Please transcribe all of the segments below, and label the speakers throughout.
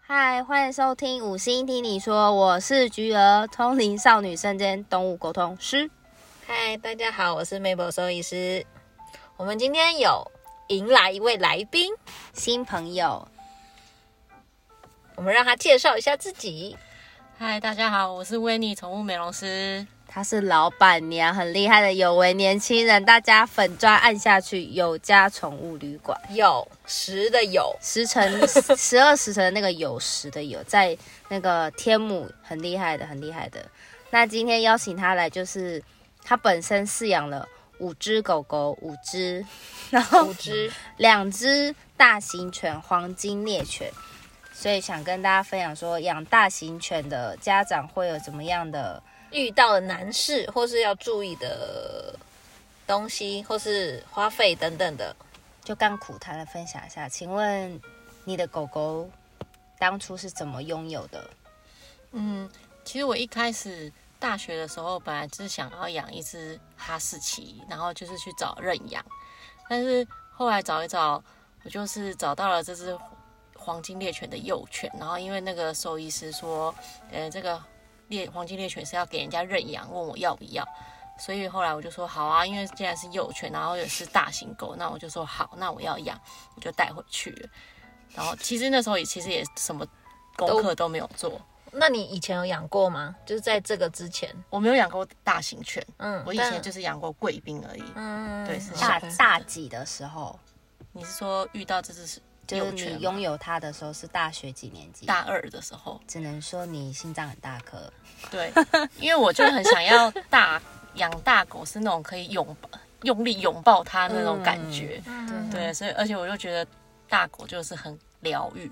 Speaker 1: 嗨，欢迎收听《五星听你说》，我是菊儿，通灵少女瞬间动物沟通师。
Speaker 2: 嗨，大家好，我是 Mabel 兽医师。我们今天有迎来一位来宾，
Speaker 1: 新朋友，
Speaker 2: 我们让他介绍一下自己。
Speaker 3: 嗨，大家好，我是维尼宠物美容师。
Speaker 1: 她是老板娘，很厉害的有为年轻人，大家粉砖按下去，有家宠物旅馆，
Speaker 2: 有十的有，
Speaker 1: 十 乘十二时辰的那个有时的有，在那个天母很厉害的，很厉害的。那今天邀请她来，就是她本身饲养了五只狗狗，五只，然后
Speaker 2: 五只，
Speaker 1: 两只大型犬黄金猎犬，所以想跟大家分享说，养大型犬的家长会有怎么样的？
Speaker 2: 遇到了难事或是要注意的东西，或是花费等等的。
Speaker 1: 就干苦谈的分享一下，请问你的狗狗当初是怎么拥有的？
Speaker 3: 嗯，其实我一开始大学的时候，本来是想要养一只哈士奇，然后就是去找认养，但是后来找一找，我就是找到了这只黄金猎犬的幼犬，然后因为那个兽医师说，呃，这个猎黄金猎犬是要给人家认养，问我要不要。所以后来我就说好啊，因为既然是幼犬，然后也是大型狗，那我就说好，那我要养，我就带回去了。然后其实那时候也其实也什么功课都没有做，
Speaker 2: 那你以前有养过吗？就是在这个之前，
Speaker 3: 我没有养过大型犬，
Speaker 2: 嗯
Speaker 3: 我以前就是养过贵宾而已。
Speaker 2: 嗯
Speaker 3: 对是
Speaker 1: 大
Speaker 3: 小朋友
Speaker 1: 大几的时候？
Speaker 3: 你是说遇到这只是
Speaker 1: 就是
Speaker 3: 幼犬
Speaker 1: 你
Speaker 3: 吗
Speaker 1: 拥有它的时候是大学几年级？
Speaker 3: 大二的时候，
Speaker 1: 只能说你心脏很大颗。
Speaker 2: 嗯
Speaker 3: 对，因为我就很想要大养大狗，是那种可以拥抱、用力拥抱它那种感觉。
Speaker 2: 嗯
Speaker 3: 对，所以而且我就觉得大狗就是很疗愈，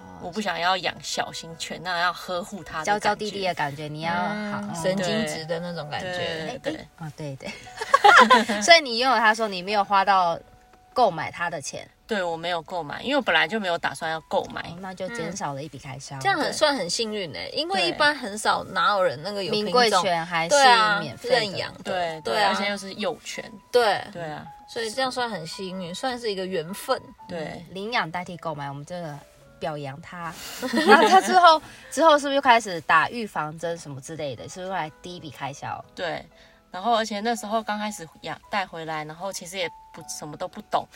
Speaker 2: 哦
Speaker 3: 我不想要养小型犬，那要呵护它的
Speaker 1: 娇娇
Speaker 3: 感觉
Speaker 1: 滴滴的感觉，你要好、嗯
Speaker 2: 神经质的那种感觉。哎
Speaker 3: 对对，
Speaker 1: 哦，对对， 所以你拥有它的时候，你没有花到购买它的钱，
Speaker 3: 对我没有购买，因为我本来就没有打算要购买。
Speaker 2: 嗯
Speaker 1: 那就减少了一笔开销。
Speaker 2: 这样很
Speaker 1: 对
Speaker 2: 算很幸运呢、因为
Speaker 3: 对
Speaker 2: 一般很少哪有人那个有
Speaker 1: 名
Speaker 2: 品
Speaker 1: 贵
Speaker 2: 种
Speaker 1: 犬还是
Speaker 2: 对啊
Speaker 1: 免费的
Speaker 2: 认养的，
Speaker 3: 对
Speaker 2: 对
Speaker 3: 而
Speaker 2: 啊，嗯
Speaker 3: 且又是幼犬，
Speaker 2: 对
Speaker 3: 对啊，
Speaker 2: 所以这样算很幸运，算是一个缘分。嗯
Speaker 3: 对，
Speaker 1: 领养代替购买，我们这个表扬它。然后它之后之后是不是又开始打预防针什么之类的？是不是来第一笔开销？
Speaker 3: 对，然后而且那时候刚开始养带回来，然后其实也不什么都不懂，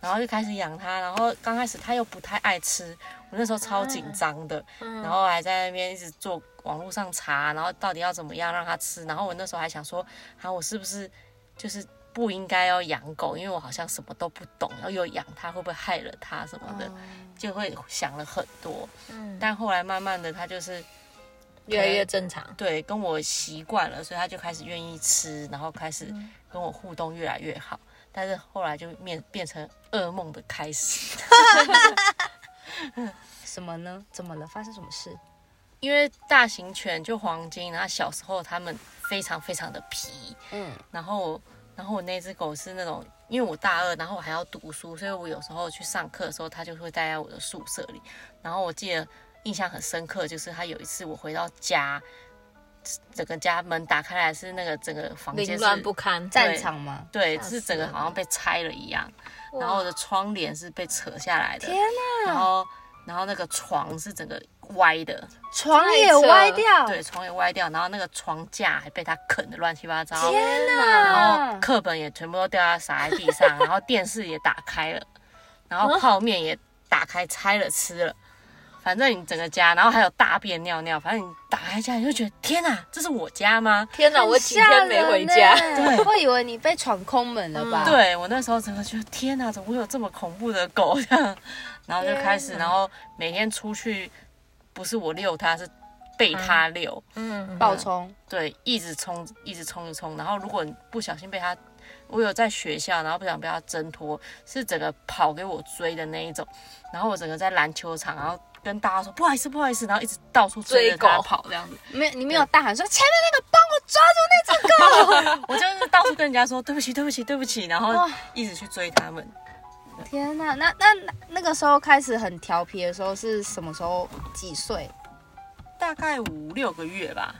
Speaker 3: 然后就开始养它，然后刚开始它又不太爱吃，我那时候超紧张的，然后还在那边一直做网络上查，然后到底要怎么样让它吃，然后我那时候还想说，啊，我是不是就是。不应该要养狗，因为我好像什么都不懂，然后又养它会不会害了它什么的，就会想了很多。
Speaker 2: 嗯，
Speaker 3: 但后来慢慢的，它就是
Speaker 2: 越来越正常。
Speaker 3: 对，跟我习惯了，所以他就开始愿意吃，然后开始
Speaker 2: 嗯
Speaker 3: 跟我互动越来越好。但是后来就变变成噩梦的开始，
Speaker 1: 什么呢？怎么了？发生什么事？
Speaker 3: 因为大型犬就黄金，然后小时候它们非常非常的皮，
Speaker 1: 嗯，
Speaker 3: 然后然后我那只狗是那种，因为我大二，然后我还要读书，所以我有时候去上课的时候，它就会待在我的宿舍里。然后我记得印象很深刻，就是它有一次我回到家，整个家门打开来是那个整个房间
Speaker 2: 凌
Speaker 3: 是
Speaker 2: 乱不堪，
Speaker 1: 战场吗？
Speaker 3: 对，
Speaker 2: 吓
Speaker 3: 是
Speaker 2: 死
Speaker 3: 整个
Speaker 2: 人
Speaker 3: 好像被拆了一样，然后我的窗帘是被扯下来的，
Speaker 1: 天
Speaker 3: 然后然后那个床是整个歪的，
Speaker 1: 床也歪掉，
Speaker 3: 对，床也歪掉，然后那个床架还被他啃得乱七八糟，
Speaker 1: 天
Speaker 3: 然后
Speaker 1: 哪！
Speaker 3: 课本也全部都掉在洒在地 上，然后电视也打开了，然后泡面也打开拆了吃了。反正你整个家，然后还有大便尿尿，反正你打开家你就觉得天哪，这是我家吗？
Speaker 2: 天哪，我几天没回家。
Speaker 1: 对，欸我以为你被闯空门了吧？
Speaker 2: 嗯
Speaker 3: 对我那时候整个觉得天哪，怎么会有这么恐怖的狗这样？然后就开始，然后每天出去，不是我遛它，是被它遛，
Speaker 2: 嗯，
Speaker 1: 暴冲。
Speaker 3: 对，一直冲，一直冲，一直冲。然后如果你不小心被它，我有在学校，然后不想被它挣脱，是整个跑给我追的那一种。然后我整个在篮球场，然后跟大家说不好意思，不好意思，然后一直到处追着
Speaker 2: 追
Speaker 3: 它
Speaker 2: 狗
Speaker 3: 跑这样子。
Speaker 1: 没有，你没有大喊说前面那个帮我抓住那只
Speaker 3: 我就是到处跟人家说对不起，对不起，对不起，然后一直去追他们。
Speaker 1: 天呐，那那那那个时候开始很调皮的时候是什么时候？几岁？
Speaker 3: 大概五六个月吧，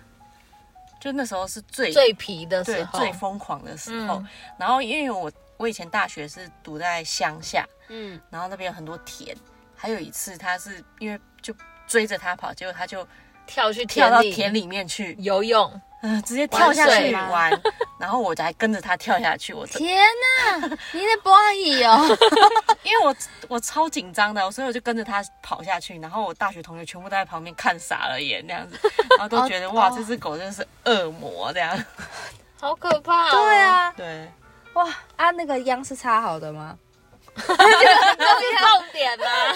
Speaker 3: 就那时候是最
Speaker 2: 最皮的时
Speaker 3: 对
Speaker 2: 候，
Speaker 3: 最疯狂的时候。
Speaker 2: 嗯
Speaker 3: 然后因为我我以前大学是读在乡下，
Speaker 1: 嗯，
Speaker 3: 然后那边有很多田，还有一次他是因为就追着他跑，结果他就
Speaker 2: 跳去
Speaker 3: 跳到
Speaker 2: 里
Speaker 3: 田里面去，
Speaker 2: 游泳，
Speaker 3: 呃，直接跳下去
Speaker 1: 玩水吗
Speaker 3: 玩，然后我还跟着他跳下去，我真
Speaker 1: 天哪，你在博阿姨 哦，
Speaker 3: 因为我我超紧张的，所以我就跟着他跑下去，然后我大学同学全部都在旁边看傻了眼那样子，然后都觉得
Speaker 1: 哦
Speaker 3: 哇，
Speaker 1: 哦
Speaker 3: 这只狗真的是恶魔这样，
Speaker 2: 好可怕、哦。
Speaker 1: 对，啊，
Speaker 3: 对。
Speaker 1: 哇啊，那个秧是插好的吗？
Speaker 2: 这是重点啊。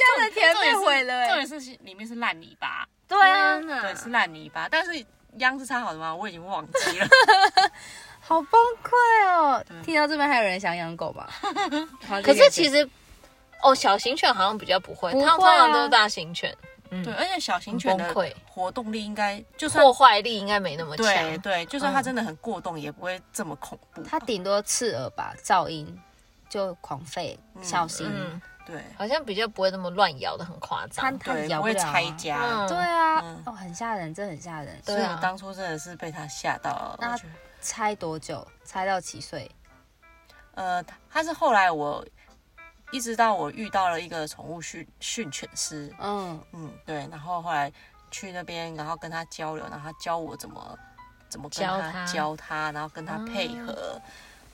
Speaker 1: 这样的田被毁了、
Speaker 3: 重
Speaker 1: 欸，
Speaker 3: 点是里面是烂泥巴，
Speaker 1: 对啊，
Speaker 3: 对，是烂泥巴，但是秧是插好的吗？我已经忘 记了。
Speaker 1: 好崩溃哦！听到这边还有人想养狗 吗？
Speaker 2: 可是其实，哦，小型犬好像比较不会，
Speaker 1: 不会
Speaker 2: 它
Speaker 1: 啊
Speaker 2: 通常都是大型犬，
Speaker 3: 对，而且小型犬
Speaker 2: 很
Speaker 3: 的
Speaker 2: 崩溃
Speaker 3: 活动力应该就算
Speaker 2: 破坏力应该没那么强。
Speaker 3: 对对，就算它真的很过动，也不会这么恐怖。
Speaker 1: 它顶多刺耳吧，噪音就狂吠，小心、
Speaker 2: 嗯，
Speaker 3: 对
Speaker 2: 好像比较不会那么乱咬的很
Speaker 1: 它
Speaker 2: 夸张。
Speaker 1: 它
Speaker 3: 嗯对，
Speaker 1: 咬
Speaker 3: 不
Speaker 1: 不
Speaker 3: 会
Speaker 1: 了、
Speaker 3: 拆
Speaker 1: 啊。
Speaker 3: 家。
Speaker 2: 嗯
Speaker 1: 对啊，
Speaker 3: 嗯
Speaker 1: 哦，很吓人，真的很吓人。
Speaker 2: 对
Speaker 3: 所以我
Speaker 2: 啊
Speaker 3: 当初真的是被它吓到了。
Speaker 1: 那
Speaker 3: 我觉得
Speaker 1: 猜多久？猜到几岁？
Speaker 3: 呃，它它是后来我一直到我遇到了一个宠物训训犬师，
Speaker 1: 嗯，
Speaker 3: 嗯，对，然后后来去那边，然后跟他交流，然后他教我怎么怎么跟
Speaker 2: 教
Speaker 3: 他
Speaker 2: 他
Speaker 3: 教他，然后跟他配合，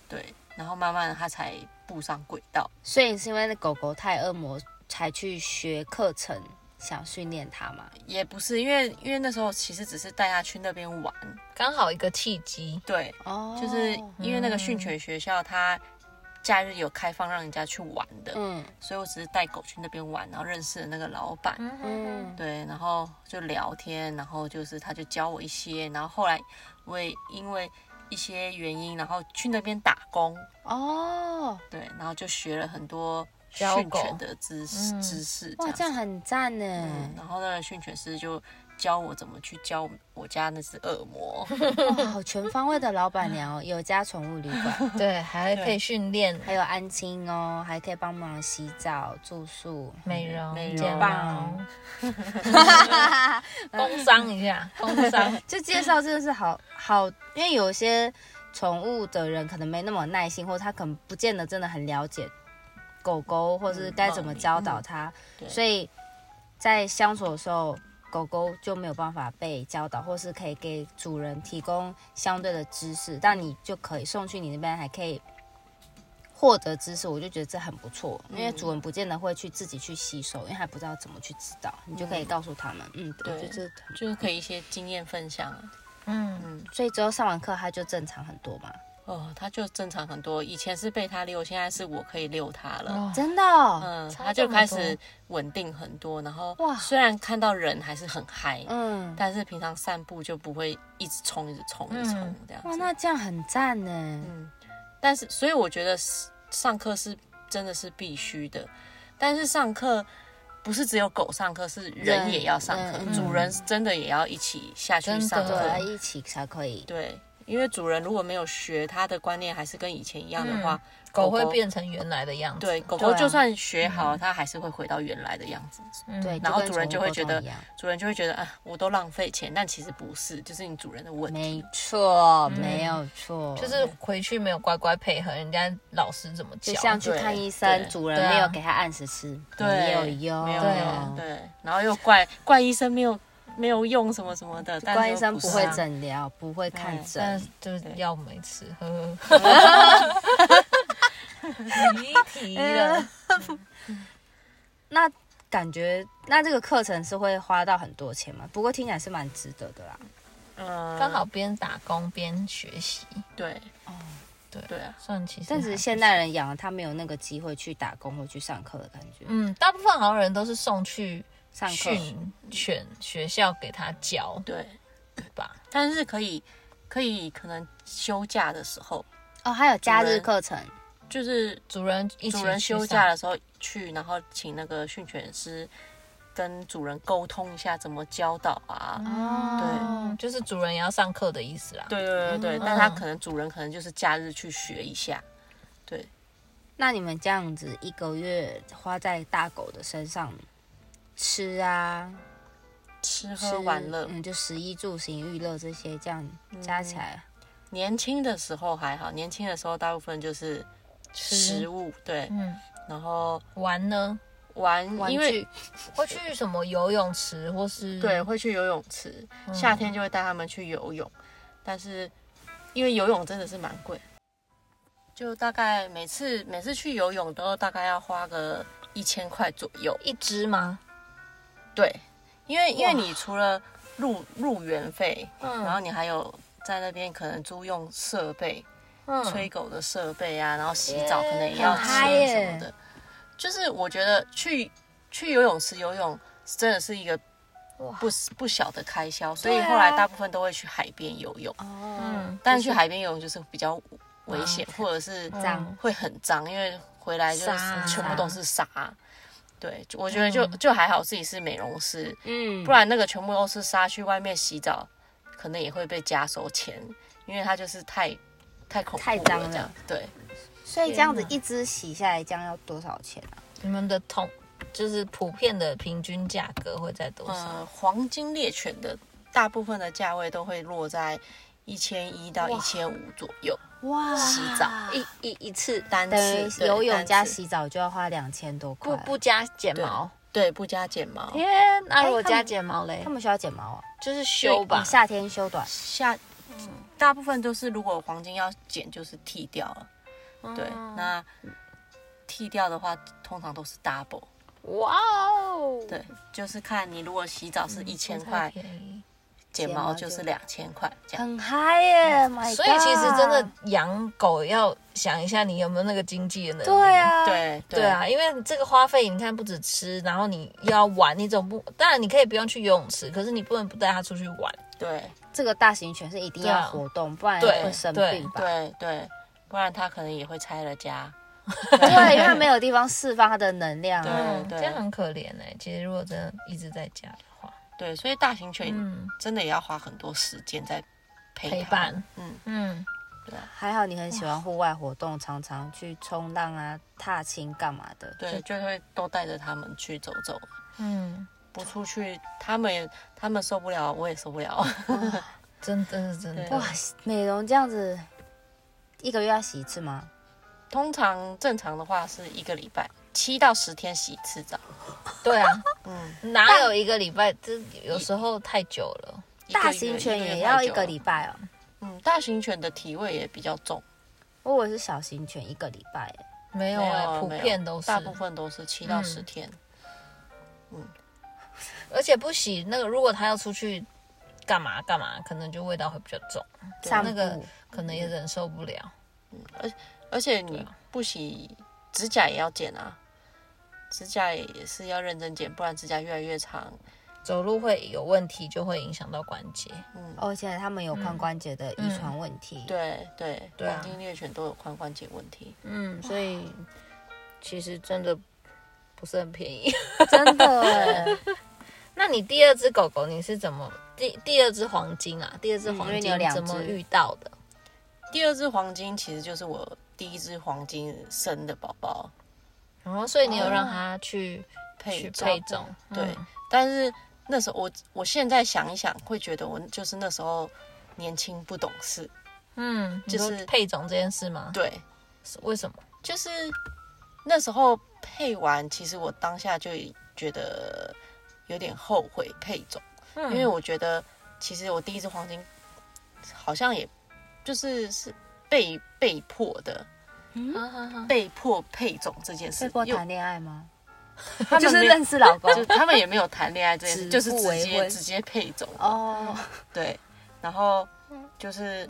Speaker 3: 对，然后慢慢的他才步上轨道。
Speaker 1: 所以是因为那狗狗太恶魔才去学课程，想训练它嘛？
Speaker 3: 也不是因为因为那时候其实只是带他去那边玩，
Speaker 2: 刚好一个契机，
Speaker 3: 对，
Speaker 1: 哦，
Speaker 3: 就是因为那个训犬学校他。假日有开放让人家去玩的，
Speaker 1: 嗯
Speaker 3: 所以我只是带狗去那边玩，然后认识了那个老板，
Speaker 1: 嗯，
Speaker 3: 对，然后就聊天，然后就是他就教我一些，然后后来我也因为一些原因，然后去那边打工，
Speaker 1: 哦，
Speaker 3: 对，然后就学了很多
Speaker 2: 教
Speaker 3: 训
Speaker 2: 狗
Speaker 3: 犬的知识、
Speaker 2: 嗯
Speaker 3: 知识，
Speaker 1: 哇，
Speaker 3: 这
Speaker 1: 这样
Speaker 3: 样子。
Speaker 1: 很赞呢。
Speaker 3: 嗯，然后那个训犬师就教我怎么去教我家那只恶魔，
Speaker 1: 哇，好全方位的老板娘哦，有家宠物旅馆，
Speaker 2: 对，还可以训练
Speaker 1: 还有安亲哦，还可以帮忙洗澡、住宿。
Speaker 2: 美容、
Speaker 3: 美容
Speaker 2: 睫毛
Speaker 1: 棒，
Speaker 2: 工商一下，工嗯商。
Speaker 1: 就介绍真的是好好，因为有些宠物的人可能没那么有耐心，或他可能不见得真的很了解狗狗，或是该怎么教导它，
Speaker 3: 对
Speaker 1: 所以在相处的时候，狗狗就没有办法被教导，或是可以给主人提供相对的知识，但你就可以送去你那边，还可以。获得知识，我就觉得这很不错，因为主人不见得会去自己去吸收，因为还不知道怎么去指导，你就可以告诉他们，嗯，我觉得这很
Speaker 3: 就是可以一些经验分享啊。
Speaker 2: 嗯，
Speaker 1: 所以之后上完课他就正常很多嘛？
Speaker 3: 哦，他就正常很多，以前是被他遛，现在是我可以遛他了。
Speaker 2: 哦
Speaker 1: 真的、哦，
Speaker 3: 嗯，
Speaker 2: 差
Speaker 3: 他就
Speaker 2: 这么
Speaker 3: 开
Speaker 2: 多
Speaker 3: 始稳定很多，然后
Speaker 1: 哇
Speaker 3: 虽然看到人还是很嗨，
Speaker 1: 嗯，
Speaker 3: 但是平常散步就不会一直冲、一直冲、一直冲
Speaker 2: 嗯
Speaker 3: 这样子。
Speaker 1: 哇，那这样很赞呢。
Speaker 3: 嗯，但是所以我觉得是上课是真的是必须的，但是上课不是只有狗上课，是人
Speaker 1: 人
Speaker 3: 也要上课，
Speaker 1: 嗯嗯
Speaker 3: 主人是真的也要一起下去
Speaker 2: 真的
Speaker 3: 上
Speaker 1: 对，
Speaker 3: 课。
Speaker 1: 要一起才可以。
Speaker 3: 对，因为主人如果没有学他的观念，还是跟以前一样的话，
Speaker 2: 狗会变成原来的样子。
Speaker 3: 对狗
Speaker 1: 对
Speaker 3: 狗
Speaker 1: 啊
Speaker 3: 就算学好，它还是会回到原来的样子。
Speaker 2: 嗯
Speaker 1: 对，
Speaker 3: 然后主人
Speaker 1: 就跟
Speaker 3: 就会
Speaker 1: 宠物
Speaker 3: 觉
Speaker 1: 沟
Speaker 3: 得
Speaker 1: 通一样，
Speaker 3: 主人就会觉得啊，我都浪费钱，但其实不是，就是你主人的问题。
Speaker 1: 没错，没有错，
Speaker 2: 就是回去没有乖乖配合人家老师怎么教，
Speaker 1: 就像去看医生，
Speaker 3: 对
Speaker 1: 主人
Speaker 2: 对啊
Speaker 1: 没有给他按时吃，
Speaker 3: 对，啊
Speaker 1: 没有用，
Speaker 3: 没有
Speaker 2: 对
Speaker 1: 啊
Speaker 3: 用，对。然后又怪怪医生没有没有用什么什么的，但是
Speaker 1: 关
Speaker 3: 又
Speaker 1: 医生
Speaker 3: 不
Speaker 1: 不
Speaker 3: 是
Speaker 1: 会
Speaker 3: 啊。
Speaker 1: 诊疗，不会看
Speaker 3: 对
Speaker 2: 但
Speaker 1: 诊
Speaker 2: 是，就是
Speaker 3: 对
Speaker 2: 药没吃，呵 呵。离题了，
Speaker 1: 那感觉那这个课程是会花到很多钱嘛？不过听起来是蛮值得的啦。
Speaker 3: 嗯，
Speaker 2: 刚好边打工边学习，
Speaker 3: 对
Speaker 1: 哦，
Speaker 2: 对
Speaker 3: 对啊，
Speaker 2: 算其实。
Speaker 1: 但只是啊现，代人养了，他没有那个机会去打工或去上课的感觉。
Speaker 2: 嗯，大部分好像人都是送去
Speaker 1: 上课
Speaker 2: 训犬学校给他教
Speaker 3: 对。
Speaker 2: 吧。
Speaker 3: 但是可以可以可能休假的时候，
Speaker 1: 哦，还有假
Speaker 3: 主
Speaker 1: 日
Speaker 3: 人
Speaker 1: 课程，
Speaker 3: 就是
Speaker 2: 主人一起
Speaker 3: 主人
Speaker 2: 去
Speaker 3: 休
Speaker 2: 上
Speaker 3: 假的时候去，然后请那个训犬师跟主人沟通一下怎么教导啊。
Speaker 2: 嗯，就是主人也要上课的意思啦。
Speaker 3: 哦对对对对，
Speaker 1: 嗯
Speaker 3: 但他可能主人可能就是假日去学一下，
Speaker 1: 那你们这样子一个月花在大狗的身上，吃啊，
Speaker 3: 吃
Speaker 1: 吃
Speaker 3: 喝玩乐。
Speaker 1: 嗯，就食衣住行、娱乐这些，这样
Speaker 2: 嗯
Speaker 1: 加起来，
Speaker 3: 年轻的时候还好，年轻的时候大部分就是
Speaker 2: 吃
Speaker 3: 食物，对，
Speaker 2: 嗯，
Speaker 3: 然后
Speaker 2: 玩呢？
Speaker 3: 玩，
Speaker 1: 玩
Speaker 3: 因为
Speaker 1: 具
Speaker 2: 会去什么游泳池或是
Speaker 1: 嗯
Speaker 3: 对会去游泳池，夏天就会带他们去游泳，但是因为游泳真的是蛮贵，就大概每次每次去游泳都大概要花个一千块左右。
Speaker 2: 一只吗？
Speaker 3: 对，因为因为
Speaker 2: 哇
Speaker 3: 你除了入入园费，
Speaker 2: 嗯
Speaker 3: 然后你还有在那边可能租用设备，
Speaker 2: 嗯
Speaker 3: 吹狗的设备啊，然后洗澡可能也要
Speaker 1: 很嗨
Speaker 3: 钱什
Speaker 1: 耶
Speaker 3: 么的。就是我觉得去去游泳池游泳真的是一个
Speaker 2: 哇
Speaker 3: 不不小的开销，所以
Speaker 1: 对啊
Speaker 3: 后来大部分都会去海边游泳。
Speaker 2: 嗯
Speaker 1: 哦，
Speaker 3: 但去海边游泳就是比较危险，或者是嗯
Speaker 1: 脏
Speaker 3: 会很脏，因为回来就
Speaker 2: 沙
Speaker 3: 是全部都是沙。对，就我觉得就就还好自己是美容师，
Speaker 1: 嗯，
Speaker 3: 不然那个全部都是沙，去外面洗澡可能也会被加收钱，因为它就是太太恐怖
Speaker 1: 太脏了
Speaker 3: 这样。对，
Speaker 1: 所以这样子一只洗下来，这样要多少钱啊？
Speaker 2: 你们的统就是普遍的平均价格会在多少？
Speaker 3: 呃，黄金猎犬的大部分的价位都会落在一千一到一千五左右，
Speaker 1: 哇，
Speaker 3: 嗯洗澡
Speaker 2: 一一一次
Speaker 3: 单
Speaker 1: 等
Speaker 3: 次
Speaker 1: 于
Speaker 3: 对
Speaker 1: 游泳
Speaker 3: 单
Speaker 1: 加
Speaker 3: 次
Speaker 1: 洗澡就要花两千多块，
Speaker 2: 不不加剪
Speaker 3: 对
Speaker 2: 毛，
Speaker 3: 对不加剪毛。
Speaker 2: 天，那如果
Speaker 1: 哎他们
Speaker 2: 加剪毛嘞
Speaker 1: 他，们需要剪毛啊，
Speaker 2: 就是修吧
Speaker 1: 你。夏天修短，
Speaker 3: 下大部分都是如果黄金要剪就是剃掉了，对，那剃掉的话通常都是 double，
Speaker 2: 哇哦，
Speaker 3: 对，就是看你如果洗澡是一千
Speaker 2: 太
Speaker 3: 块，
Speaker 2: 便宜。
Speaker 3: 剪
Speaker 1: 毛
Speaker 3: 毛就是
Speaker 1: 就
Speaker 3: 两千块这样。
Speaker 1: 很嗨耶，My Oh God！
Speaker 2: 所以其实真的养狗要想一下你有没有那个经济的能力。
Speaker 1: 对。啊，
Speaker 3: 对
Speaker 2: 对，啊，因为这个花费，你看不止吃，然后你又要玩，你总不当然你可以不用去游泳池，可是你不能不带它出去玩。
Speaker 3: 对
Speaker 1: 这个大型犬是一定
Speaker 2: 对
Speaker 1: 要
Speaker 2: 啊
Speaker 1: 活动，不然
Speaker 2: 对
Speaker 1: 会生
Speaker 2: 对
Speaker 1: 病吧？
Speaker 3: 对对，不然他可能也会拆了家。
Speaker 1: 对，因为它没有地方释放它的能量啊。
Speaker 3: 嗯对
Speaker 2: 这样
Speaker 3: 对
Speaker 2: 很可怜哎、其实如果真的一直在家的话，
Speaker 3: 对，所以大型犬
Speaker 2: 嗯，
Speaker 3: 真的也要花很多时间在陪
Speaker 2: 陪
Speaker 3: 它
Speaker 2: 伴。
Speaker 3: 嗯，
Speaker 2: 嗯，
Speaker 1: 还好你很喜欢户外活动，常常去冲浪啊、踏青干嘛的。
Speaker 3: 对，就会都带着他们去走走，
Speaker 2: 嗯，
Speaker 3: 不出去他们也他们受不了，我也受不了。
Speaker 2: 真的是真的
Speaker 3: 对
Speaker 1: 哇，美容这样子，一个月要洗一次吗？
Speaker 3: 通常正常的话是一个礼拜七到十天洗一次澡，
Speaker 2: 对 啊，
Speaker 3: 嗯，
Speaker 2: 哪有一个礼拜？这有时候太久了。
Speaker 3: 一个
Speaker 1: 大
Speaker 3: 月
Speaker 1: 型犬也
Speaker 3: 月
Speaker 1: 要
Speaker 3: 太
Speaker 1: 一
Speaker 3: 久
Speaker 1: 个
Speaker 3: 了
Speaker 1: 礼拜哦。
Speaker 3: 嗯，大型犬的体味也比较重，
Speaker 1: 我以为是小型犬一个礼拜耶，
Speaker 2: 没有
Speaker 3: 啊
Speaker 2: 啊，普
Speaker 3: 没有
Speaker 2: 遍都是，
Speaker 3: 大部分都是七到十
Speaker 1: 嗯
Speaker 3: 天，
Speaker 2: 而且不洗那个，如果它要出去干嘛干嘛，可能就味道会比较重，
Speaker 1: 散
Speaker 2: 那个
Speaker 1: 步
Speaker 2: 可能也忍受不了。
Speaker 3: 而且你
Speaker 2: 啊
Speaker 3: 不洗指甲也要剪啊，指甲也是要认真剪，不然指甲越来越长，
Speaker 2: 走路会有问题，就会影响到关节。
Speaker 3: 嗯，
Speaker 1: 哦而且他们有髋关节的遗传问题。
Speaker 3: 对对，
Speaker 2: 对啊
Speaker 3: 黄金猎犬都有髋关节问题，
Speaker 2: 嗯，所以其实真的不是很便宜。
Speaker 1: 真的耶，
Speaker 2: 那你第二只狗狗你是怎么第第二只黄金啊？第二只黄
Speaker 1: 因为你有
Speaker 2: 金
Speaker 1: 两只
Speaker 2: 怎么遇到的？
Speaker 3: 第二只黄金其实就是我第一只黄金生的宝宝，
Speaker 2: 然后，所以你有让它去、
Speaker 3: 配
Speaker 2: 去
Speaker 3: 种
Speaker 2: 配种？
Speaker 3: 对，
Speaker 2: 嗯
Speaker 3: 但是那时候我我现在想一想，会觉得我就是那时候年轻不懂事，
Speaker 2: 嗯，就
Speaker 3: 就是
Speaker 2: 是配种这件事吗？
Speaker 3: 对，
Speaker 2: 是为什么？
Speaker 3: 就是那时候配完，其实我当下就觉得有点后悔配种，
Speaker 2: 嗯
Speaker 3: 因为我觉得其实我第一只黄金好像也就是是被被迫的。嗯
Speaker 2: 哈哈哈
Speaker 3: 被迫配种这件事，
Speaker 1: 被迫
Speaker 3: 因为
Speaker 1: 谈恋爱吗？
Speaker 3: 他们
Speaker 1: 就是
Speaker 3: 没
Speaker 1: 认识老公
Speaker 3: 就他们也没有谈恋爱这件事，
Speaker 1: 指
Speaker 3: 就是
Speaker 1: 腹
Speaker 3: 直
Speaker 1: 为
Speaker 3: 接
Speaker 1: 婚
Speaker 3: 直接配种
Speaker 1: 哦，
Speaker 3: 对，然后就是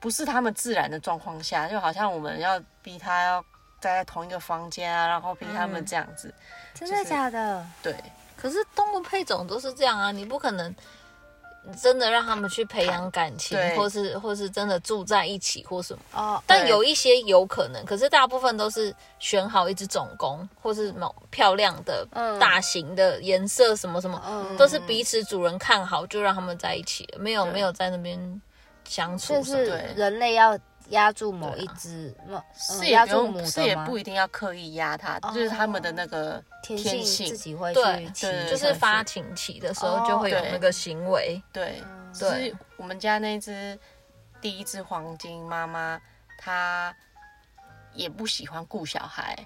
Speaker 3: 不是他们自然的状况下，就好像我们要逼他要待在同一个房间啊，然后逼他
Speaker 1: 嗯
Speaker 3: 们这样子，
Speaker 1: 真的假的？
Speaker 3: 对
Speaker 2: 可是动物配种都是这样啊，你不可能真的让他们去培养感情
Speaker 3: 对，
Speaker 2: 或是或是真的住在一起或什么。
Speaker 1: 哦，
Speaker 2: 但有一些有可能，可是大部分都是选好一只种公，或是某漂亮的、
Speaker 1: 嗯
Speaker 2: 大型的颜色什么什么，
Speaker 1: 嗯
Speaker 2: 都是彼此主人看好就让他们在一起了，没有
Speaker 3: 对
Speaker 2: 没有在那边相处
Speaker 1: 就
Speaker 2: 什么
Speaker 1: 是
Speaker 2: 的。
Speaker 3: 对啊
Speaker 1: 人类要压住某一只，某
Speaker 3: 是
Speaker 1: 嗯
Speaker 3: 也
Speaker 1: 压
Speaker 3: 不
Speaker 1: 住母
Speaker 3: 用，是
Speaker 1: 的
Speaker 3: 也
Speaker 1: 吗？哦
Speaker 3: 不一定要刻意压他，就是他们的那个
Speaker 1: 天
Speaker 3: 天
Speaker 1: 性
Speaker 3: 性
Speaker 1: 自己会
Speaker 2: 对
Speaker 1: 去骑
Speaker 3: 对，
Speaker 2: 就是发情期的时候就会有
Speaker 3: 哦对
Speaker 2: 那个行为，
Speaker 3: 对，
Speaker 1: 嗯
Speaker 3: 只
Speaker 2: 对
Speaker 3: 是我们家那只 第一只黄金妈妈，它也不喜欢顾小孩，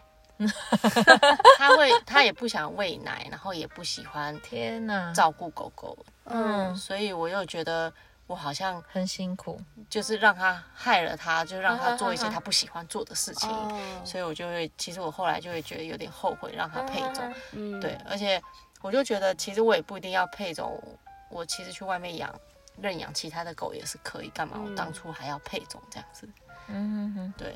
Speaker 3: 他会他也不想喂奶，然后也不喜欢
Speaker 4: 天哪，
Speaker 3: 照顾狗狗，
Speaker 2: 嗯，
Speaker 3: 所以我又觉得我好像
Speaker 4: 很辛苦，
Speaker 3: 就是让他害了他，就让他做一
Speaker 1: 嗯
Speaker 3: 些
Speaker 4: 啊啊啊
Speaker 3: 他不喜欢做的事情，
Speaker 1: 哦，
Speaker 3: 所以我就会，其实我后来就会觉得有点后悔让他配种，
Speaker 1: 嗯，
Speaker 3: 对，而且我就觉得其实我也不一定要配种，我其实去外面养认养其他的狗也是可以，干嘛我当初还要配种这样子？
Speaker 4: 嗯哼哼。
Speaker 3: 对，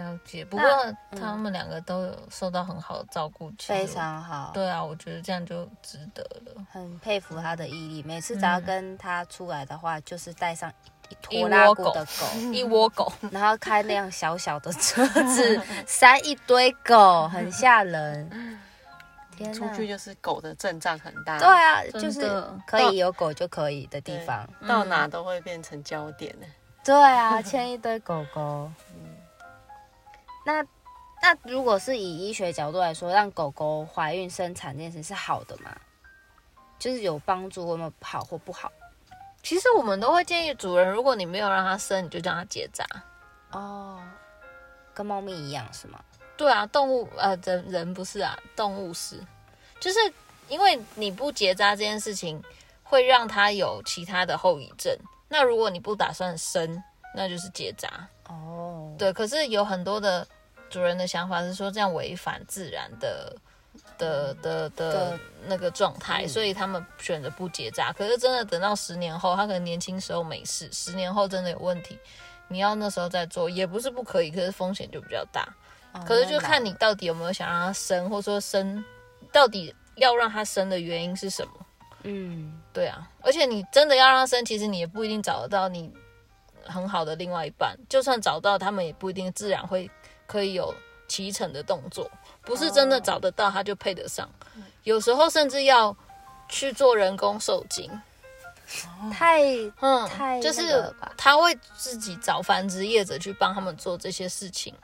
Speaker 4: 了解，不过
Speaker 1: 那
Speaker 4: 他们两个都有受到很好的照顾，其实
Speaker 1: 非常好，
Speaker 4: 对啊，我觉得这样就值得了。
Speaker 1: 很佩服他的毅力。每次只要
Speaker 4: 嗯
Speaker 1: 跟他出来的话，就是带上一
Speaker 4: 一
Speaker 1: 坨
Speaker 4: 窝
Speaker 1: 拉
Speaker 3: 嗯
Speaker 1: 骨
Speaker 4: 狗
Speaker 1: 的狗，
Speaker 4: 嗯一窝狗，
Speaker 1: 然后开那样小小的车子，塞一堆狗，很吓人。天
Speaker 3: 嗯出
Speaker 1: 哪！
Speaker 3: 去就是狗的阵仗很大，
Speaker 1: 对，啊，
Speaker 4: 真的
Speaker 1: 就是可以有狗就可以的地方。
Speaker 3: 到哪都会变成焦点的。
Speaker 1: 对啊， 牵一堆狗狗。嗯那那如果是以医学角度来说，让狗狗怀孕生产这件事是好的吗？就是有帮助，有没有好或不好？
Speaker 2: 其实我们都会建议主人，如果你没有让它生，你就让它结扎。
Speaker 1: 哦，跟猫咪一样是吗？
Speaker 2: 对啊，动物呃人人不是啊，动物是，就是因为你不结扎这件事情，会让它有其他的后遗症。那如果你不打算生，那就是结扎。
Speaker 1: 哦，
Speaker 2: 对，可是有很多的主人的想法是说这样违反自然的的的的
Speaker 1: 的嗯
Speaker 2: 那个状态，所以他们选择不结扎。可是真的等到十年后，他可能年轻时候没事，十年后真的有问题，你要那时候再做也不是不可以，可是风险就比较大。
Speaker 1: 哦
Speaker 2: 可是就看
Speaker 1: 那
Speaker 2: 你到底有没有想让它生，或者说生到底要让它生的原因是什么。
Speaker 1: 嗯，
Speaker 2: 对啊，而且你真的要让它生，其实你也不一定找得到你很好的另外一半。就算找到，他们也不一定自然会可以有启程的动作，不是真的找得到他就配得上。有时候甚至要去做人工受精，
Speaker 1: 太
Speaker 2: 嗯，
Speaker 1: 太
Speaker 2: 就
Speaker 1: 那个了
Speaker 2: 是
Speaker 1: 吧
Speaker 2: 他会自己找繁殖业者去帮他们做这些事情，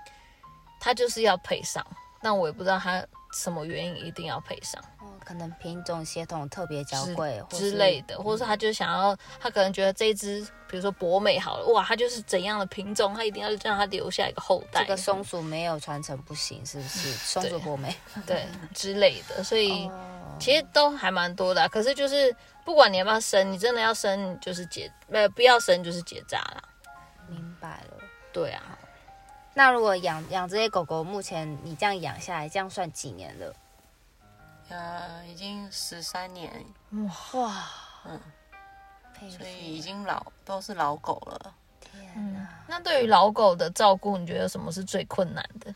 Speaker 2: 他就是要配上，但我也不知道他什么原因一定要配上
Speaker 1: 哦可能品种血统特别娇
Speaker 2: 之
Speaker 1: 贵或
Speaker 2: 之
Speaker 1: 是
Speaker 2: 类的，或者嗯他就想要，他可能觉得这一只，比如说博美好了，哇，它就是怎样的品种，他一定要让它留下一个后代，
Speaker 1: 这个松鼠没有传承不行，是不是？松鼠
Speaker 2: 对
Speaker 1: 博美，
Speaker 2: 对 之类的，所以。
Speaker 1: 哦
Speaker 2: 其实都还蛮多的啊、可是就是不管你要不要生，你真的要生你就是结，呃，不要生就是结扎啦。
Speaker 1: 明白了。
Speaker 2: 对啊，
Speaker 1: 那如果养养这些狗狗，目前你这样养下来，这样算几年了？
Speaker 3: 呃，已经十三年，
Speaker 1: 哇，
Speaker 3: 嗯，
Speaker 1: 佩服
Speaker 3: 所以已经老都是老狗了。
Speaker 1: 天啊哪！
Speaker 2: 那对于老狗的照顾，你觉得有什么是最困难的？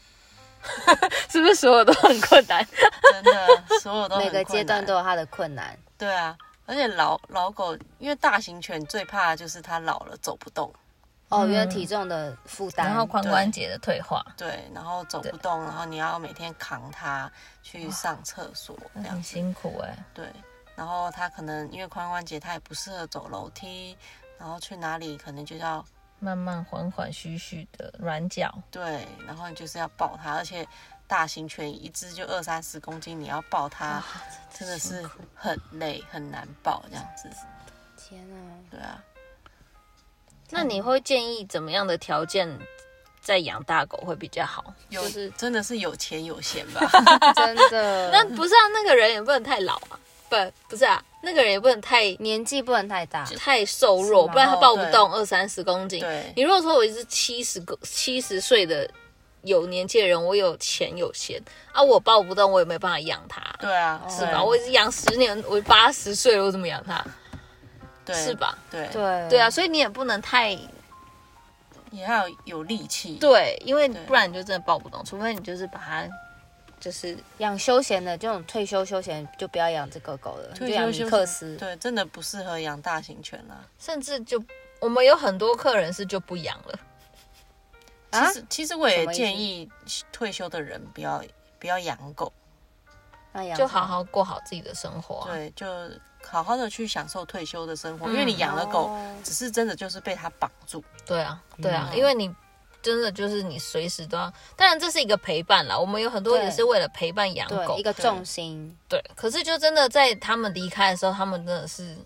Speaker 2: 是不是所有都很困难？
Speaker 3: 真 的，所有都很
Speaker 1: 每个阶
Speaker 3: 困
Speaker 1: 段
Speaker 3: 难
Speaker 1: 都有它的困难，
Speaker 3: 对啊，而且老老狗，因为大型犬最怕的就是它老了走不动，
Speaker 1: 哦，
Speaker 3: 嗯
Speaker 1: 因为体重的负担，
Speaker 2: 然后髋关节的退化，
Speaker 3: 对，然后走不动，然后你要每天扛它去上厕所这
Speaker 2: 那
Speaker 3: 样
Speaker 2: 很
Speaker 3: 子，
Speaker 2: 辛苦哎、
Speaker 3: 对，然后它可能因为髋关节它也不适合走楼梯，然后去哪里可能就要
Speaker 2: 慢慢缓缓徐徐的软脚，
Speaker 3: 对，然后你就是要抱它，而且大型犬一只就二三十公斤，你要抱它真的是很累很难抱这样子，
Speaker 1: 天哪！
Speaker 3: 对啊，
Speaker 2: 那你会建议怎么样的条件再养大狗会比较 好？
Speaker 3: 有、
Speaker 2: 就是
Speaker 3: 真的是有钱有闲 吧。
Speaker 1: 啊真 的，
Speaker 2: 那不是啊，那个人也不能太老啊，不不是啊，那个人也不能太
Speaker 1: 年纪不能太大，
Speaker 2: 太瘦弱，
Speaker 3: 是吗
Speaker 2: 不然他抱不
Speaker 3: 对
Speaker 2: 动二三十公斤。
Speaker 3: 对
Speaker 2: 你如果说我是七十个七十岁的有年纪的人，我有钱有闲啊，我抱不动，我也没办法养它，
Speaker 3: 对啊，
Speaker 2: 是
Speaker 3: 对
Speaker 2: 吧？我已经养十年，我八十岁了，我怎么养它？
Speaker 3: 对
Speaker 2: 是？吧？
Speaker 3: 对
Speaker 1: 对
Speaker 2: 对啊，，所以你也不能太
Speaker 3: 也要有力气。
Speaker 2: 对，因为
Speaker 3: 对
Speaker 2: 不然你就真的抱不动，除非你就是把它就是
Speaker 1: 养休闲的这种退休休闲就不要养这个狗了，你就
Speaker 3: 退休
Speaker 1: 养尼
Speaker 3: 休
Speaker 1: 啊克
Speaker 3: 闲
Speaker 1: 斯。
Speaker 3: 对，真的不适合养大型犬啊啦。
Speaker 2: 甚至就我们有很多客人是就不养了，
Speaker 1: 啊
Speaker 3: 其实其实我也
Speaker 1: 什么意思
Speaker 3: 建议退休的人不要不要养狗，
Speaker 1: 那养
Speaker 2: 就好好过好自己的生活、啊。
Speaker 3: 对，就好好的去享受退休的生活，
Speaker 1: 嗯
Speaker 3: 因为你养了狗，
Speaker 1: 哦
Speaker 3: 只是真的就是被它绑住。
Speaker 2: 对啊，对啊，
Speaker 1: 嗯
Speaker 2: 因为你真的就是你随时都要，当然这是一个陪伴啦。我们有很多
Speaker 1: 对
Speaker 2: 也是为了陪伴养狗
Speaker 1: 对一，个重心，
Speaker 2: 对可是就真的在他们离开的时候，他们真的是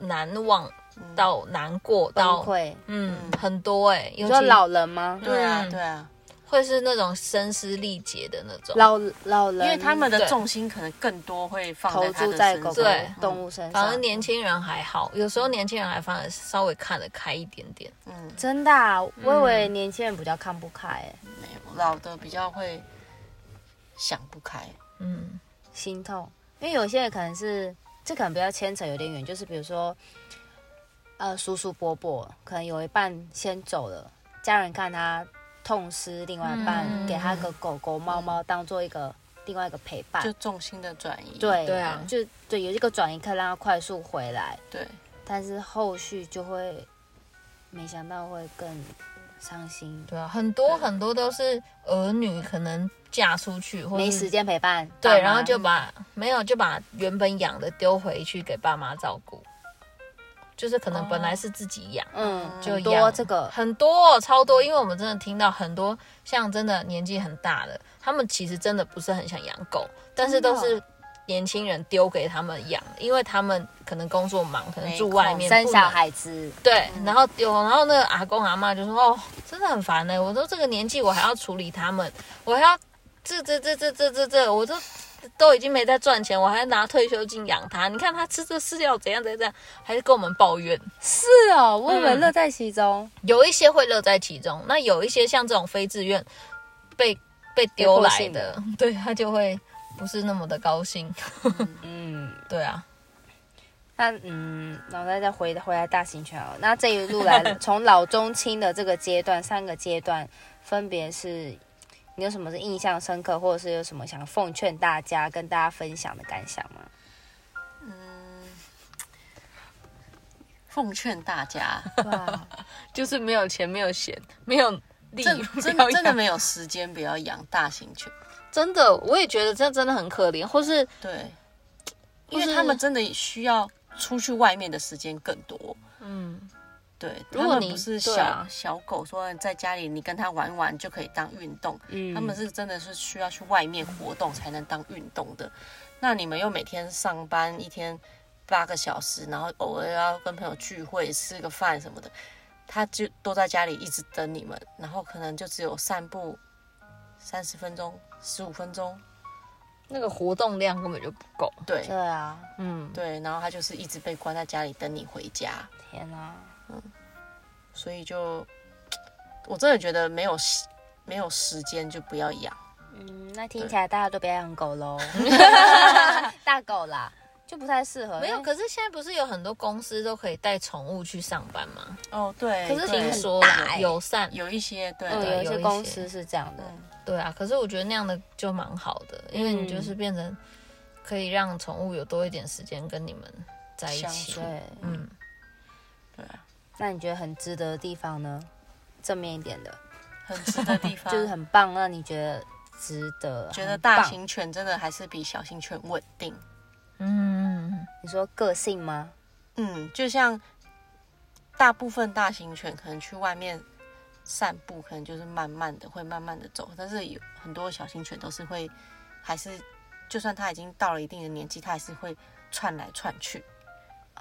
Speaker 2: 难忘
Speaker 3: 嗯
Speaker 2: 到难过
Speaker 1: 崩
Speaker 2: 到，
Speaker 1: 溃。
Speaker 2: 嗯，
Speaker 3: 嗯
Speaker 2: 很多哎、欸，
Speaker 1: 你
Speaker 2: 有
Speaker 1: 说老人吗？
Speaker 3: 对啊，
Speaker 2: 嗯
Speaker 3: 对啊，
Speaker 2: 会是那种声嘶力竭的那种。
Speaker 1: 老老人，
Speaker 3: 因为他们的
Speaker 2: 对
Speaker 3: 重心可能更多会放
Speaker 1: 投
Speaker 3: 它
Speaker 1: 注
Speaker 3: 的
Speaker 1: 在
Speaker 3: 身
Speaker 1: 狗
Speaker 3: 上
Speaker 1: 狗
Speaker 2: 对
Speaker 1: 动物身
Speaker 2: 反而
Speaker 1: 上，
Speaker 2: 年轻人还好，有时候年轻人还反而稍微看得开一点点。
Speaker 3: 嗯，
Speaker 1: 真的、啊，我以为年轻人比较看不开、
Speaker 3: 没有老的比较会想不开，
Speaker 2: 嗯，
Speaker 1: 心痛，因为有些人可能是这可能比较牵扯有点远，就是比如说，呃，叔叔伯伯可能有一半先走了，家人看他痛失另外一半，
Speaker 2: 嗯
Speaker 1: 给他个狗狗猫猫当做一个另外一个陪伴
Speaker 3: 嗯就，重心的转移。
Speaker 1: 啊对
Speaker 2: 对啊
Speaker 1: 就对有一个转移可以让他快速回来，
Speaker 3: 对，
Speaker 1: 但是后续就会没想到会更伤心，
Speaker 2: 对啊，很多很多都是儿女可能嫁出去，或
Speaker 1: 没
Speaker 2: 是
Speaker 1: 时间陪伴爸妈，
Speaker 2: 对，然后就把没有就把原本养的丢回去给爸妈照顾，就是可能本来是自己养，
Speaker 1: 嗯，
Speaker 2: 就
Speaker 1: 很
Speaker 2: 一
Speaker 1: 多
Speaker 2: 样
Speaker 1: 这个
Speaker 2: 很多超多，因为我们真的听到很多像真的年纪很大的，他们其实真的不是很想养狗，但是
Speaker 1: 真的
Speaker 2: 都
Speaker 1: 哦
Speaker 2: 是年轻人丢给他们养，因为他们可能工作忙，可能
Speaker 3: 没
Speaker 2: 住外
Speaker 3: 空
Speaker 2: 面
Speaker 1: 生
Speaker 2: 不
Speaker 1: 小
Speaker 2: 能
Speaker 1: 孩子，
Speaker 2: 对，
Speaker 4: 嗯
Speaker 2: 然后丢，然后那个阿公阿妈就说：“哦，真的很烦呢、我都这个年纪，我还要处理他们，我还要这这这这这这这，我都都已经没在赚钱，我还要拿退休金养他。你看他吃这饲料怎样怎样怎样，还是跟我们抱怨。
Speaker 1: 是哦，我以为
Speaker 2: 嗯
Speaker 1: 乐在其中。
Speaker 2: 有一些会乐在其中，那有一些像这种非自愿被被丢
Speaker 1: 被迫
Speaker 2: 来
Speaker 1: 性
Speaker 2: 的
Speaker 1: 的，
Speaker 2: 对他就会不是那么的高兴。
Speaker 1: 嗯，
Speaker 2: 对啊，
Speaker 1: 那嗯，然后再再回回来大型犬哦。那这一路来，从老中青的这个阶段，三个阶段分别是，你有什么是印象深刻，或者是有什么想奉劝大家跟大家分享的感想吗？
Speaker 3: 奉劝大 家，
Speaker 1: 哇，
Speaker 4: 就是没有钱，没有闲，没有力
Speaker 3: 真，真
Speaker 4: 不要
Speaker 3: 的真的
Speaker 4: 养
Speaker 3: 没有时间不要养大型犬，
Speaker 2: 真的，我也觉得这真的很可怜，或是
Speaker 3: 对，因
Speaker 2: 或
Speaker 3: 为
Speaker 2: 是
Speaker 3: 他们真的需要出去外面的时间更多。
Speaker 2: 嗯。”
Speaker 3: 对，
Speaker 2: 如
Speaker 3: 他
Speaker 2: 果
Speaker 3: 们
Speaker 2: 你
Speaker 3: 不是
Speaker 2: 对
Speaker 3: 小、
Speaker 2: 啊
Speaker 3: 小狗，说在家里你跟它玩玩就可以当运动，
Speaker 1: 嗯
Speaker 3: 他们是真的是需要去外面活动才能当运动的。那你们又每天上班一天八个小时，然后偶尔要跟朋友聚会吃个饭什么的，他就都在家里一直等你们，然后可能就只有散步三十分钟、十五分钟，
Speaker 2: 那个活动量根本就不够。
Speaker 3: 对
Speaker 1: 对啊，
Speaker 2: 嗯，
Speaker 3: 对，然后他就是一直被关在家里等你回家，
Speaker 1: 天哪、
Speaker 3: 所以就我真的觉得没有时没有时间就不要养。
Speaker 1: 嗯，那听起来大家都不要养狗喽，大狗啦，就不太适合。
Speaker 2: 没有。
Speaker 1: 因为
Speaker 2: 可是现在不是有很多公司都可以带宠物去上班吗？
Speaker 3: 哦，对，
Speaker 2: 可是
Speaker 3: 对
Speaker 2: 听说
Speaker 1: 很大
Speaker 2: 啦
Speaker 1: 欸
Speaker 2: 友善，
Speaker 3: 有一些对嗯
Speaker 1: 嗯，有嗯一
Speaker 3: 对
Speaker 2: 有一
Speaker 1: 些
Speaker 2: 些
Speaker 1: 公司是这样的，
Speaker 2: 对啊。可是我觉得那样的就蛮好的，因为你就是变成可以让宠物有多一点时间跟你们在一
Speaker 3: 相
Speaker 2: 起
Speaker 3: 处。
Speaker 1: 对。
Speaker 2: 嗯，
Speaker 3: 对啊，
Speaker 1: 那你觉得很值得的地方呢？正面一点的，
Speaker 3: 很值的 地方，
Speaker 1: 就是很棒，让你觉得值得。
Speaker 3: 啊觉得
Speaker 1: 很
Speaker 3: 大
Speaker 1: 棒
Speaker 3: 型犬真的还是比小型犬稳定。
Speaker 2: 嗯，
Speaker 1: 你说个性吗？
Speaker 3: 嗯，就像大部分大型犬可能去外面散步，可能就是慢慢的会慢慢的走，但是有很多小型犬都是会，还是就算它已经到了一定的年纪，它还是会窜来窜去。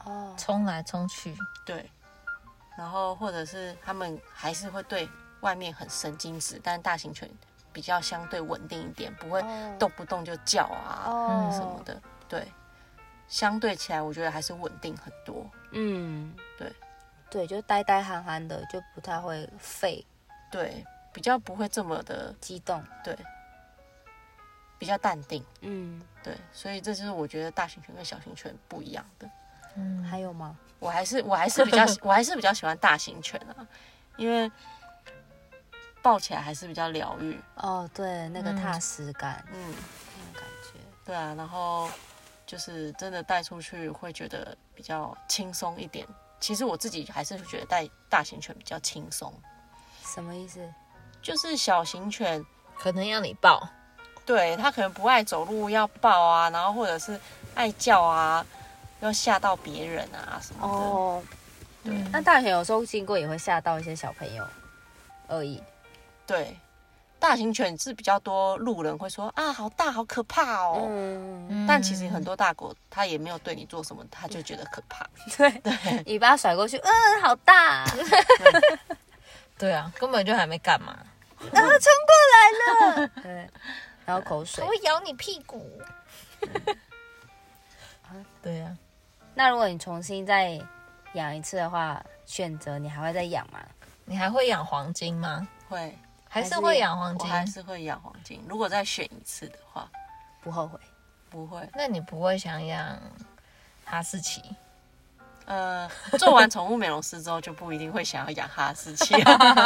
Speaker 1: 哦，
Speaker 2: 冲来冲去，
Speaker 3: 对，然后或者是他们还是会对外面很神经质，但大型犬比较相对稳定一点，不会
Speaker 1: 哦
Speaker 3: 动不动就叫啊、
Speaker 1: 哦，
Speaker 3: 什么的。对，相对起来，我觉得还是稳定很多。
Speaker 1: 嗯，
Speaker 3: 对，
Speaker 1: 对，就呆呆憨憨的，就不太会吠
Speaker 3: 对，比较不会这么的
Speaker 1: 激动。
Speaker 3: 对，比较淡定。
Speaker 1: 嗯，
Speaker 3: 对，所以这就是我觉得大型犬跟小型犬不一样的。
Speaker 2: 嗯，
Speaker 1: 还有吗？
Speaker 3: 我还是我还是比较我还是比较喜欢大型犬啊，因为抱起来还是比较疗愈。
Speaker 1: 哦，对，那个
Speaker 2: 嗯
Speaker 1: 踏实感，
Speaker 3: 嗯。
Speaker 1: 那种感觉，
Speaker 3: 对啊，然后就是真的带出去会觉得比较轻松一点。其实我自己还是觉得带大型犬比较轻松，
Speaker 1: 什么意思？
Speaker 3: 就是小型犬，
Speaker 2: 可能要你抱，
Speaker 3: 对它可能不爱走路要抱啊，然后或者是爱叫啊，要吓到别人啊什么的。
Speaker 1: 哦，
Speaker 3: 对、
Speaker 1: 那大犬有时候经过也会吓到一些小朋友而已。
Speaker 3: 对，大型犬是比较多路人会说啊好大好可怕哦，
Speaker 1: 嗯，
Speaker 2: 嗯
Speaker 3: 但其实很多大狗它也没有对你做什么，它就觉得可怕。
Speaker 1: 尾巴甩过去，嗯，好大。
Speaker 2: 对啊，根本就还没干嘛。
Speaker 1: 啊，冲过来了，对，然后口水
Speaker 2: 它。会咬你屁 股。对啊呀、
Speaker 1: 那如果你重新再养一次的话，选择你还会再养吗？
Speaker 2: 你还会养黄金吗？
Speaker 3: 会，
Speaker 2: 还是
Speaker 1: 还是
Speaker 2: 会养黄
Speaker 3: 我
Speaker 2: 金？
Speaker 3: 还是会养黄金。如果再选一次的话，
Speaker 1: 不后悔。
Speaker 3: 不会。
Speaker 2: 那你不会想养哈士奇？
Speaker 3: 呃，做完宠物美容师之后，就不一定会想要养哈士奇。啊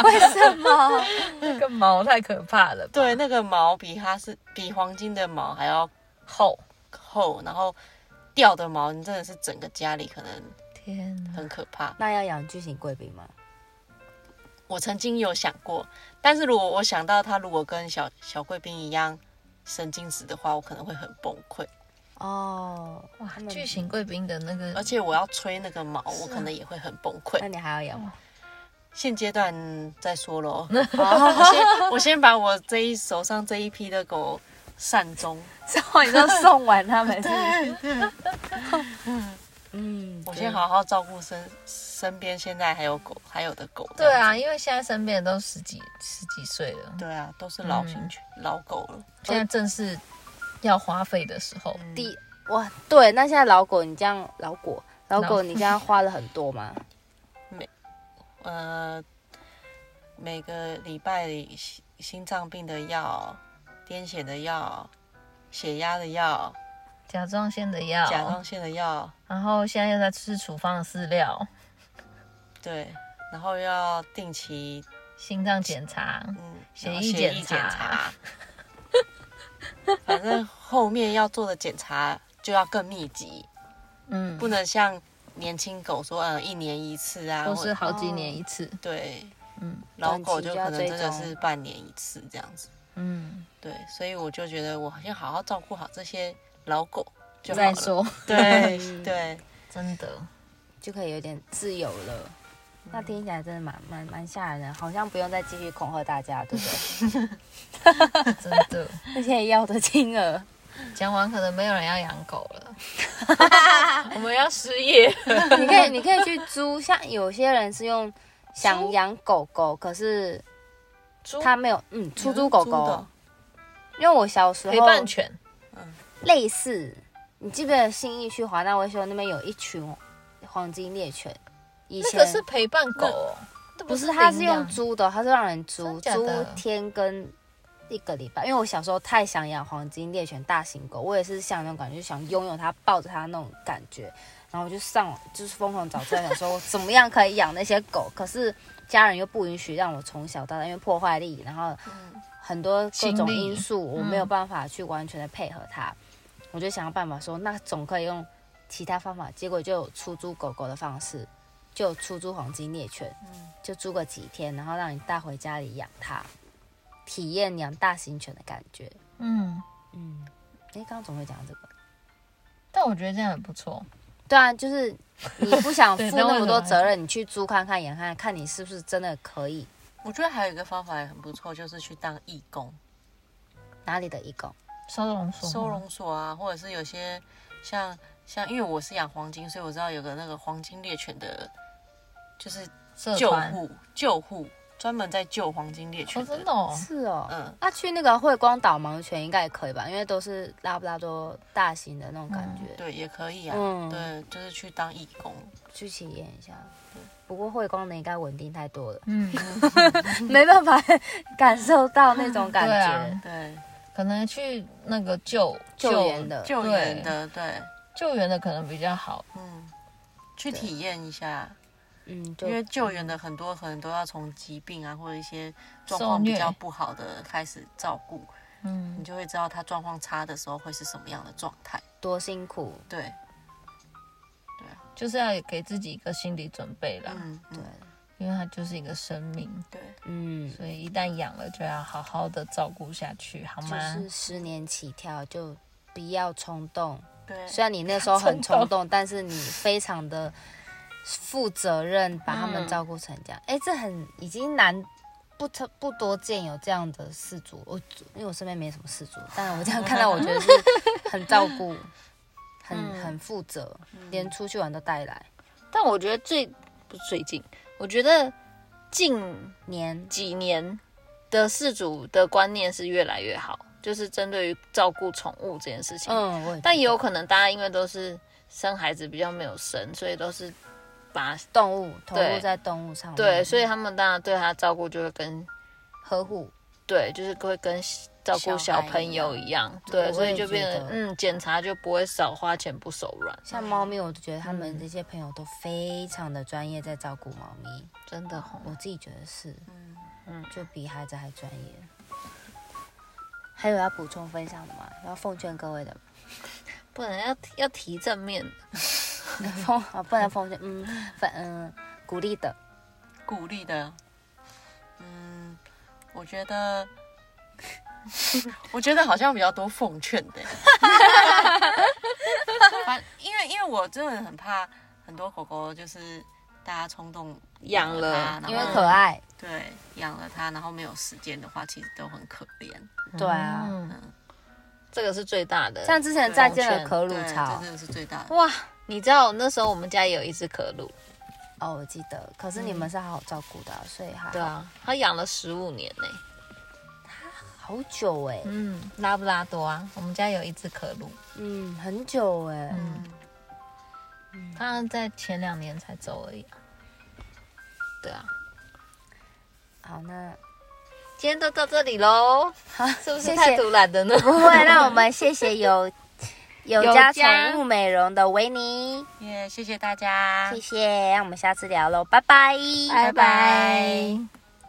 Speaker 1: 为什么？
Speaker 2: 那个毛太可怕了吧，
Speaker 3: 对，那个毛比哈士比黄金的毛还要
Speaker 2: 厚。
Speaker 3: 厚，然后掉的毛，你真的是整个家里可能
Speaker 2: 天哪！
Speaker 3: 很可怕。
Speaker 1: 那要养巨型贵宾吗？
Speaker 3: 我曾经有想过，但是如果我想到它如果跟小小贵宾一样神经质的话，我可能会很崩溃。
Speaker 1: 哦，
Speaker 2: 哇
Speaker 1: 他，们
Speaker 2: 巨型贵宾的那
Speaker 3: 而
Speaker 2: 个，
Speaker 3: 且我要吹那个毛，我可能也会很崩溃
Speaker 1: 那。你还要养吗？
Speaker 3: 现阶段再说喽，我
Speaker 1: 哦，
Speaker 3: 先我先把我这一手上这一批的狗善终。
Speaker 1: 送你都送完他 们是不是？嗯，
Speaker 3: 我先好好照顾身身边现在还有狗还有的狗。
Speaker 2: 对啊，，因为现在身边的都十几十几岁了，
Speaker 3: 对啊，都是老型犬、
Speaker 2: 嗯
Speaker 3: 老狗了。
Speaker 2: 现在正是要花费的时候。
Speaker 1: 第哇，对，那现在老狗你这样老狗老
Speaker 2: 老
Speaker 1: 狗你这样花了很多吗？
Speaker 3: 呃，每个礼拜里心心脏病的药、癫痫的药、血压的
Speaker 2: 哦
Speaker 3: 药、
Speaker 2: 甲状腺的药，
Speaker 3: 甲状腺的药，
Speaker 2: 然后现在又在吃处方的饲料，
Speaker 3: 对，然后要定期
Speaker 2: 心脏检查，
Speaker 3: 嗯
Speaker 2: 血
Speaker 3: 然后
Speaker 2: 液
Speaker 3: 检
Speaker 2: 检
Speaker 3: 查， 反正后面要做的检查就要更密集，
Speaker 2: 嗯，
Speaker 3: 不能像年轻狗说嗯一年一次啊，
Speaker 2: 都
Speaker 3: 或
Speaker 2: 是好几年一次，
Speaker 3: 对，
Speaker 2: 嗯
Speaker 3: 老
Speaker 1: 短
Speaker 3: 狗
Speaker 1: 期
Speaker 3: 就
Speaker 1: 就要
Speaker 3: 可能
Speaker 1: 追
Speaker 3: 真的
Speaker 1: 踪
Speaker 3: 是半年一次这样子。
Speaker 2: 嗯，
Speaker 3: 对，所以我就觉得我好像好好照顾好这些老狗就好
Speaker 2: 再
Speaker 3: 了。
Speaker 2: 说，
Speaker 3: 对
Speaker 1: 嗯
Speaker 3: 对，
Speaker 2: 真的，
Speaker 1: 就可以有点自由了。那听起来真的蛮蛮蛮吓人的，好像不用再继续恐吓大家，对不对？
Speaker 2: 真的，
Speaker 1: 那些要的金额，
Speaker 2: 讲完可能没有人要养狗 了，我们要失业，
Speaker 1: 你可以你可以去租，像有些人是用想养狗狗，可是
Speaker 2: 猪
Speaker 1: 他没有嗯出租狗
Speaker 3: 猪的
Speaker 1: 狗，因为我小时候
Speaker 2: 陪伴犬，
Speaker 1: 类似，你记不记得信义区华纳维修那边有一群黄金猎犬？以
Speaker 2: 那
Speaker 1: 前
Speaker 2: 个是陪伴狗哦，那
Speaker 1: 不是
Speaker 2: 领
Speaker 1: 它是用
Speaker 2: 养
Speaker 1: 租的，它是让人租
Speaker 2: 真假
Speaker 1: 租
Speaker 2: 的
Speaker 1: 天跟一个礼拜。因为我小时候太想养黄金猎犬大型狗，我也是想那种感觉，就想拥有它，抱着它那种感觉。然后我就上网就是疯狂找资料，想说我怎么样可以养那些狗，可是家人又不允许让我从小到大，因为破坏力，然后
Speaker 2: 嗯
Speaker 1: 很多各
Speaker 2: 精
Speaker 1: 种
Speaker 2: 力
Speaker 1: 因素，我
Speaker 2: 嗯
Speaker 1: 没有办法去完全的配合它。我就想办法说，那总可以用其他方法，结果就有出租狗狗的方式，就有出租黄金猎犬，
Speaker 2: 嗯
Speaker 1: 就租个几天，然后让你带回家里养它，体验养大型犬的感觉。
Speaker 2: 嗯，
Speaker 1: 嗯，哎，刚刚怎么会讲到这个？
Speaker 2: 但我觉得这样很不错，
Speaker 1: 对啊，就是你不想
Speaker 2: 对
Speaker 1: 负
Speaker 2: 那
Speaker 1: 那
Speaker 2: 为什
Speaker 1: 么
Speaker 2: 么
Speaker 1: 多
Speaker 2: 还
Speaker 1: 责任，你去租看看、养看看，看你是不是真的可以。
Speaker 3: 我觉得还有一个方法也很不错，就是去当义工，
Speaker 1: 哪里的义工？
Speaker 2: 收容所吗，
Speaker 3: 收容所啊，或者是有些像像，因为我是养黄金，所以我知道有个那个黄金猎犬的，就是
Speaker 2: 社
Speaker 3: 救
Speaker 2: 团，
Speaker 3: 护救护，专门在救黄金猎
Speaker 2: 哦，
Speaker 3: 犬的。
Speaker 2: 真的哦，
Speaker 1: 是哦，
Speaker 3: 嗯，
Speaker 1: 那、去那个慧光导盲犬应该也可以吧？因为都是拉布拉多大型的那种感觉。
Speaker 3: 对，也可以啊。
Speaker 1: 嗯
Speaker 3: 对，就是去当义工。
Speaker 1: 去体验一下。不过慧光的应该稳定太多了，
Speaker 2: 嗯，
Speaker 1: 没办法感受到那种 感
Speaker 2: 对啊
Speaker 1: 觉。
Speaker 3: 对，
Speaker 2: 可能去那个救
Speaker 1: 救援的
Speaker 3: 救援的，对，
Speaker 2: 救援的可能比较好，
Speaker 3: 嗯，去体验一下。
Speaker 1: 嗯，就
Speaker 3: 因为救援的很多可能都要从疾病啊或者一些状况比较不好的开始照顾，
Speaker 2: 嗯
Speaker 3: 你，就会知道他状况差的时候会是什么样的状态。
Speaker 1: 多辛苦。
Speaker 3: 对，
Speaker 2: 就是要给自己一个心理准备啦，
Speaker 3: 嗯，对
Speaker 2: 因为它就是一个生命，
Speaker 3: 对，
Speaker 1: 嗯，
Speaker 2: 所以一旦养了就要好好的照顾下去，好
Speaker 1: 就
Speaker 3: 啊
Speaker 2: 吗？
Speaker 1: 是十年起跳，就不要冲动。
Speaker 3: 对，
Speaker 1: 虽然你那时候很
Speaker 2: 冲动
Speaker 1: 冲动，但是你非常的负责任，把他
Speaker 2: 嗯
Speaker 1: 们照顾成这样。哎、这很已经难。不特不多见有这样的事主，我因为我身边没什么事主，但我这样看到，我觉 得是很照顾，很
Speaker 2: 嗯
Speaker 1: 很负责，连出去玩都带来。
Speaker 4: 但我觉得最不是最近，我觉得近
Speaker 1: 年
Speaker 4: 几年
Speaker 2: 的饲主的观念是越来越好，就是针对于照顾宠物这件事情。
Speaker 1: 嗯，我也
Speaker 2: 但也有可能大家因为都是生孩子比较没有生，所以都是把
Speaker 1: 动物投入
Speaker 2: 对
Speaker 1: 在动物上面，
Speaker 2: 对，所以他们当然对他照顾就会跟
Speaker 1: 呵护
Speaker 2: 对，就是会跟照顾小朋友一样，对，
Speaker 1: 我
Speaker 2: 所以
Speaker 1: 也
Speaker 2: 就变
Speaker 1: 觉
Speaker 2: 得
Speaker 1: 得
Speaker 2: 嗯，检查就不会少花钱不手软，
Speaker 1: 像猫咪，我就觉得他
Speaker 2: 嗯
Speaker 1: 们这些朋友都非常的专业，在照顾猫咪。
Speaker 2: 真的吼
Speaker 1: 我自己觉得是，嗯
Speaker 2: 嗯
Speaker 1: 就比孩子还专业。还有要补充分享的吗？要奉劝各位 的吗，
Speaker 2: 不能要要提正面，
Speaker 1: 奉啊，不能奉劝，嗯，反嗯，鼓励的，
Speaker 3: 鼓励的，嗯，我觉得， 我觉得好像比较多奉劝 的。反因为因为我真的很怕很多狗狗就是大家冲动
Speaker 2: 养了
Speaker 3: 它然后
Speaker 1: 因为可爱，
Speaker 3: 对养了它，然后没有时间的话，其实都很可怜。
Speaker 1: 对啊，
Speaker 2: 嗯，这个是最大的。
Speaker 1: 像之前再见
Speaker 2: 奉
Speaker 1: 了
Speaker 2: 劝
Speaker 1: 可
Speaker 3: 对，
Speaker 1: 乳
Speaker 3: 这
Speaker 1: 草，
Speaker 3: 真的是最大的。
Speaker 2: 哇，你知道那时候我们家也有一只可露，
Speaker 1: 哦，我记得，可是你们是好好照顾的啊、所以还
Speaker 2: 对啊，它养了十五年呢、
Speaker 1: 好久哎、
Speaker 2: 嗯，拉布拉多啊，我们家有一只可露，
Speaker 1: 嗯，很久哎、
Speaker 2: 嗯，它在前两年才走而已啊、对啊，
Speaker 1: 好，那
Speaker 2: 今天都到这里喽， 是不
Speaker 1: 谢谢
Speaker 2: 是太突然 的呢？
Speaker 1: 不会，让我们谢谢有有
Speaker 2: 有
Speaker 1: 家
Speaker 2: 家
Speaker 1: 宠物美容的维尼，
Speaker 3: 也、谢谢大家，
Speaker 1: 谢谢，让我们下次聊喽，拜拜，
Speaker 2: 拜拜。